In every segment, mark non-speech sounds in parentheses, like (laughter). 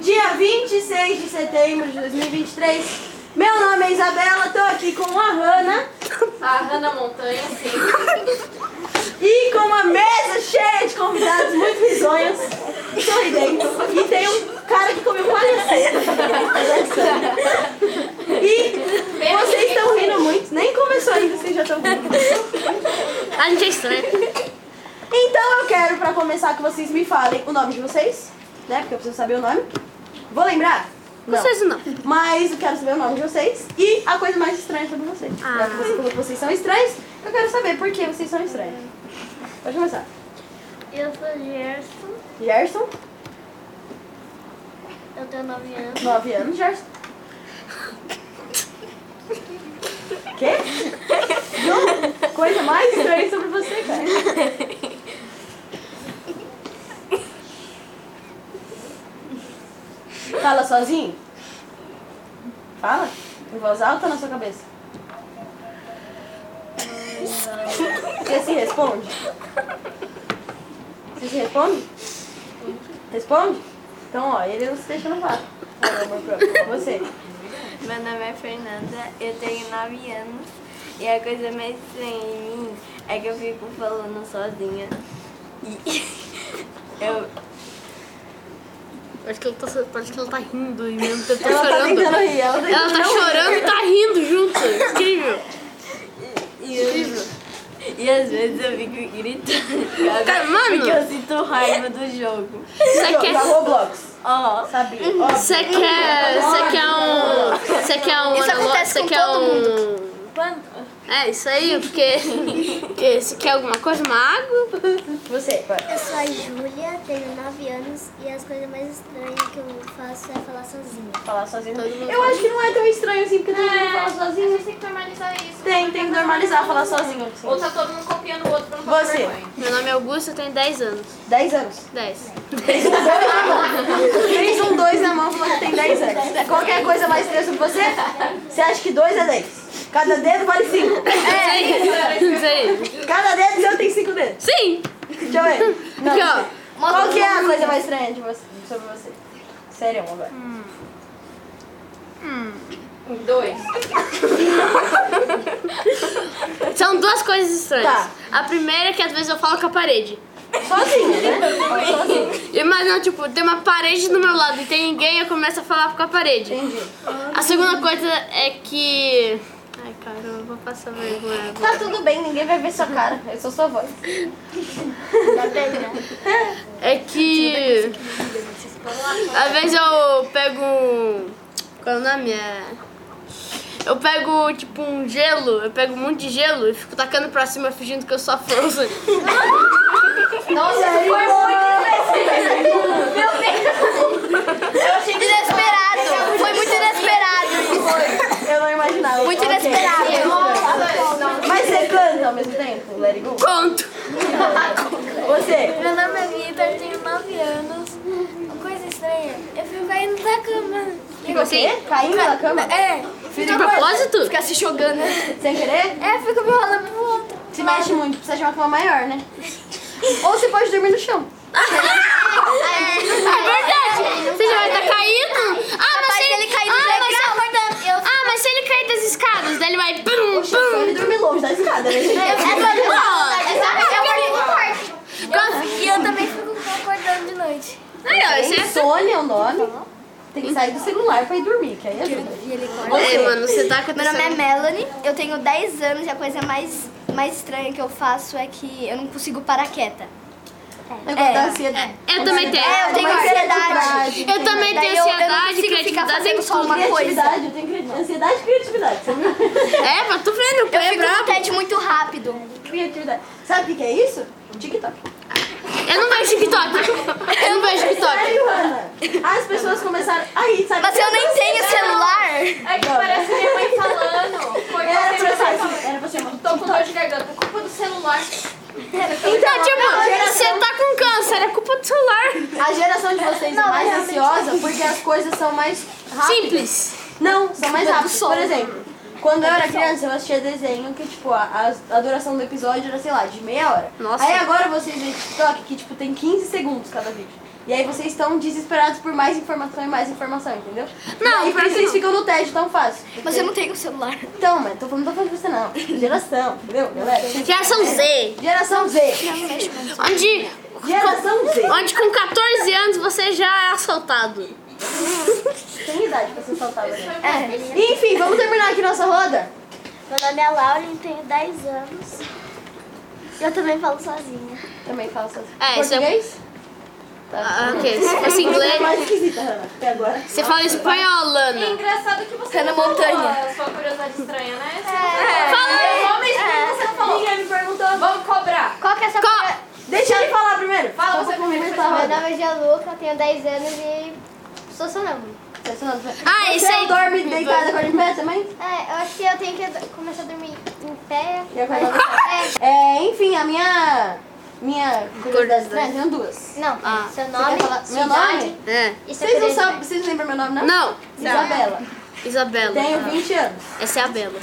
Dia 26 de setembro de 2023. Meu nome é Isabela, tô aqui com a Hanna A Hannah Montanha, sim. e com uma mesa cheia de convidados muito risonhos, sorridentes. E tem um cara que comeu palhaçada. E vocês estão rindo muito, nem começou ainda, vocês já estão rindo. A gente é estranho. Então eu quero, pra começar, que vocês me falem o nome de vocês, né? Porque eu preciso saber o nome. Vou lembrar? Não. Vocês não. Mas eu quero saber o nome de vocês e a coisa mais estranha sobre vocês. Ah. Já que você falou que vocês são estranhos, eu quero saber por que vocês são estranhos. Pode começar. Eu sou Gerson, Gerson, eu tenho 9 anos. 9 anos, Gerson. Quê? Não? Coisa mais estranha sobre você, cara. Fala sozinho? Fala? Em voz alta ou na sua cabeça? Você se responde? Você se responde? Responde? Então, ó, ele não se deixa no vácuo. Olha, amor próprio, Você. Tá Meu nome é Fernanda, eu tenho 9 anos e a coisa mais estranha em mim é que eu fico falando sozinha. E eu. Parece que ela tá, parece que ela tá rindo e mesmo tempo tá Ela tá chorando. tentando rir. Ela tá, ela tá não rir. chorando e tá rindo junto. Incrível. E, eu, e às vezes eu fico gritando. sabe? Cara, mano. Porque eu sinto raiva do jogo. Você Da quer. Roblox. Ó, Sabia. Ó, Você quer. Você quer um. Você quer um. Isso analo- acontece Você com quer todo um. quando- É, isso aí, porque. porque Você quer alguma coisa? Uma água? você. vai. Eu sou a Júlia, tenho 9 anos e as coisas mais estranhas que eu faço é falar sozinha. Falar sozinho. Todo mundo- É. Eu acho que não é tão estranho assim, porque todo mundo fala sozinho. Vocês têm que normalizar isso. Tem, tem que normalizar falar sozinho. assim. Ou tá todo mundo copiando o outro pra não passar Você. vergonha. Meu nome é Augusto, eu tenho 10 anos. 10 anos. (laughs) 10. Fez um 2 na mão falou que tem 10 anos. Qualquer coisa mais estranha sobre você, você acha que 2 é 10. Cada dedo vale 5. É, isso aí. Cada dedo seu tem 5 dedos. Sim! Deixa eu ver. Não, Aqui, não ó. sei. Qual que é a coisa mais estranha de você, sobre você? Hum. Sério, agora. Dois. São duas coisas estranhas. Tá. A primeira é que às vezes eu falo com a parede. Sozinho, né? Imagina, tipo, tem uma parede do meu lado e tem ninguém, eu começo a falar com a parede. Entendi. A segunda coisa é que. Ai, cara, eu vou passar vergonha agora. Tá tudo bem, ninguém vai ver sua cara. Eu sou sua voz. É que. Às vezes eu pego. um- Qual é o nome? É. Eu pego, tipo, um gelo, eu pego um monte de gelo e fico tacando pra cima fingindo que eu sou a Frozen. Nossa, foi muito Inesperado! Foi muito inesperado! Eu não imaginava. Muito inesperado. Mas você canta ao mesmo tempo? Let it go. Conto! Você. Meu nome é Vitor, eu tenho 9 anos. Uma coisa estranha, eu fico caindo da cama. E você? Caindo na cama? É, De propósito? se jogando. Sem querer? é, fico me rolando pro outro. Se mexe muito, precisa de uma cama maior, né? Ou você pode dormir no chão. É verdade! Você já vai estar caído? Ah, mas se ele cair ah, mas se- acordando. Ah, mas se ele cair das escadas, daí ele vai. Pum, O chão pum. ele dorme longe da escada, né? Ah, quando- E eu também fico acordando de noite. Aí, ó, isso é- Insônia é o nome. Tem que sair do celular pra ir dormir, que aí ajuda. E ele corre. É, mano, você tá com a Meu nome é Melanie, eu tenho 10 anos e a coisa mais, mais estranha que eu faço é que eu não consigo parar quieta. Negócio da ansiedade. Eu também tenho. É, eu tenho Mas ansiedade. criatividade. Eu também Daí tenho eu- eu não ansiedade, é consigo ficar criatividade, fazendo tem só uma tudo. Criatividade, eu tenho criatividade. Ansiedade e criatividade. Você viu? (laughs) É, mas tu vendo, o Eu pai é fico no brabo. TED muito rápido. Criatividade. Sabe o que que é isso? TikTok. Eu não vejo TikTok. Eu não vejo TikTok. Sério, Ana? As pessoas começaram a rir, sabe? Mas eu nem tenho celular. É que parece minha mãe falando. Foi Era pra minha ser mãe assim, falando. era pra ser uma Tô com um dor de garganta. Por culpa do celular. Então, tipo, geração- você tá com câncer, é culpa do celular. A geração de vocês é mais ansiosa porque as coisas são mais rápidas. Simples. Não, são tipo, é mais do rápidos. sol. Por exemplo, quando eu era criança, eu assistia desenho que, tipo, a, a- a duração do episódio era, sei lá, de meia hora. Nossa. Aí agora vocês veem TikTok que, tipo, tem 15 segundos cada vídeo. E aí vocês estão desesperados por mais informação e mais informação, entendeu? Não, e aí por pior que isso vocês não. ficam no tédio tão fácil. Mas eu não tenho celular. Então, mas tô falando, não tô falando de você (laughs) não. Geração, entendeu, galera? Geração Z. Geração Z. Onde, Geração Z. onde com 14 anos você já é assaltado. Tem idade pra ser saltar, né? É. Enfim, vamos terminar aqui nossa roda? Meu nome é Laura e tenho 10 anos. Eu também falo sozinha. Também fala sozinho. É, isso é- Português? Ah, ok. Se fosse É mais inglês. esquisita, Ana, até agora. Você fala espanhol, É Lana. engraçado que você Hannah É. não falou Montana. a sua curiosidade estranha, né? É. Fala aí. Fala mesmo que É. você não falou. Ninguém me perguntou. Vamos cobrar. Qual que é a sua Qual- Deixa ele falar primeiro. Fala Só você pra tá primeiro, complementar a Meu roda. nome é Gianluca, eu tenho 10 anos e sou sonâmbula. Ah, Você esse aí. dorme deitada com a gente mesmo também? É, eu acho que eu tenho que ad- começar a dormir em pé. E agora mas- É, enfim, a minha... Minha curiosidade estranha, tenho duas. É, não, Ah. seu Você nome, quer falar meu cidade nome? É. e seu Vocês não período. sabem, vocês lembram meu nome, não? Não, Isabela. Isabela. Tenho 20 anos. Essa é a Bela.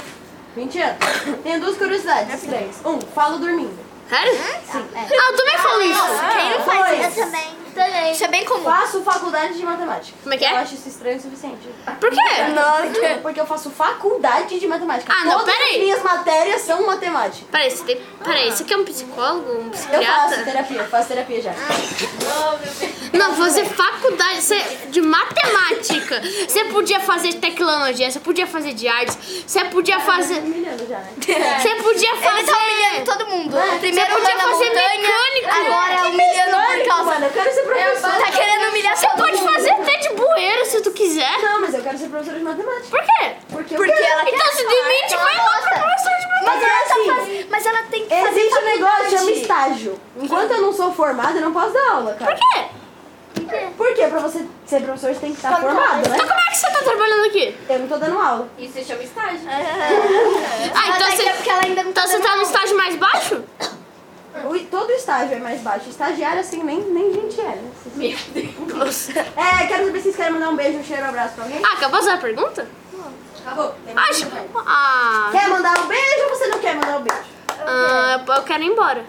20 anos. Tenho duas curiosidades estranhas. Um, falo dormindo. Sério? Ah, eu também falo isso. Quem não faz isso? Ah, Também. Também. Isso é bem comum. Faço faculdade de matemática. Como é que é? Eu acho isso estranho o suficiente. Por quê? Porque eu faço faculdade de matemática. Ah, não, Todas peraí. as minhas matérias são matemática. Peraí, você tem... Peraí, você quer um psicólogo, um Eu faço psiquiatra? terapia, eu faço terapia já. Oh, Não, fazer faculdade você- de matemática. Você podia fazer tecnologia, você podia fazer de artes, você podia fazer... Milhando já, né? Você podia Ele tá fazer... humilhando todo mundo. Você Primeiro Você podia humilhando a fazer montanha, mecânico. é Tá Agora humilhando por Histórico, causa. mano, eu quero ser professora. Tá querendo humilhar Você todo pode mundo. fazer até de bueiro se tu quiser. Não, mas eu quero ser professora de matemática. Por quê? Porque, eu Porque quero. ela Então se demite, vai lá pra professor de matemática. Mas é assim, Mas ela tem que fazer existe um negócio que chama faculdade. estágio. Enquanto eu não sou formada, eu não posso dar aula, cara. Por quê? Por quê? Pra você ser professor, você tem que estar formado, né? Então como é que você tá trabalhando aqui? Eu não tô dando aula. Isso se chama estágio. Ah, então Até que é você, porque ela ainda não então você tá no estágio mais baixo? O- todo estágio é mais baixo. Estagiário, assim, nem, nem gente é, né? Meu Deus. É, quero saber se vocês querem mandar um beijo, um cheiro, um abraço pra alguém. Ah, acabou essa pergunta? Acabou. Tem mais um, Acho. ninguém. Ah, Quer mandar um beijo ou você não quer mandar um beijo? ah, eu- eu quero ir embora.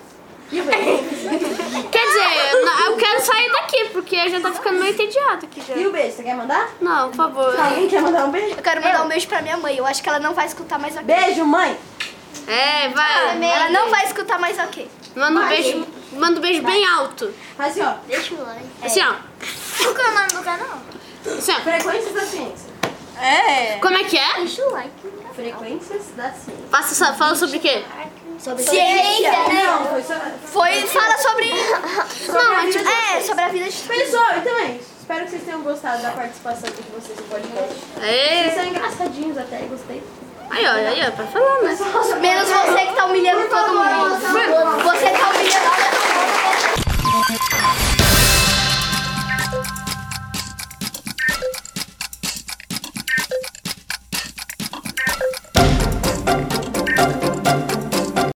E o beijo? Quer dizer, eu não- eu quero sair daqui, porque eu já tá ficando meio entediado aqui já. E o beijo, você quer mandar? Não, por favor. Alguém quer mandar um beijo? Eu quero mandar um beijo pra minha mãe. Eu acho que ela não vai escutar mais ok. Beijo, mãe! É, vai. Ela não vai escutar mais ok. Manda um beijo, manda um beijo bem alto. Faz assim, ó. Deixa o like. Assim, ó. Qual que é o nome do canal? Assim, ó. Frequências da ciência. É. Como é que é? Deixa o like. Frequências da ciência. Passa, essa- fala sobre o quê? Sobre Ciência. Não, foi só... Foi, fala (laughs) sobre. Não, mas tipo... É, sobre a vida de. Pessoal, então é isso. Espero que vocês tenham gostado da participação de vocês no podcast. Vocês Aê. são engraçadinhos até, gostei. Aí, ó, aí, ó, pra falar, né? Menos você que tá humilhando todo mundo. Você tá humilhando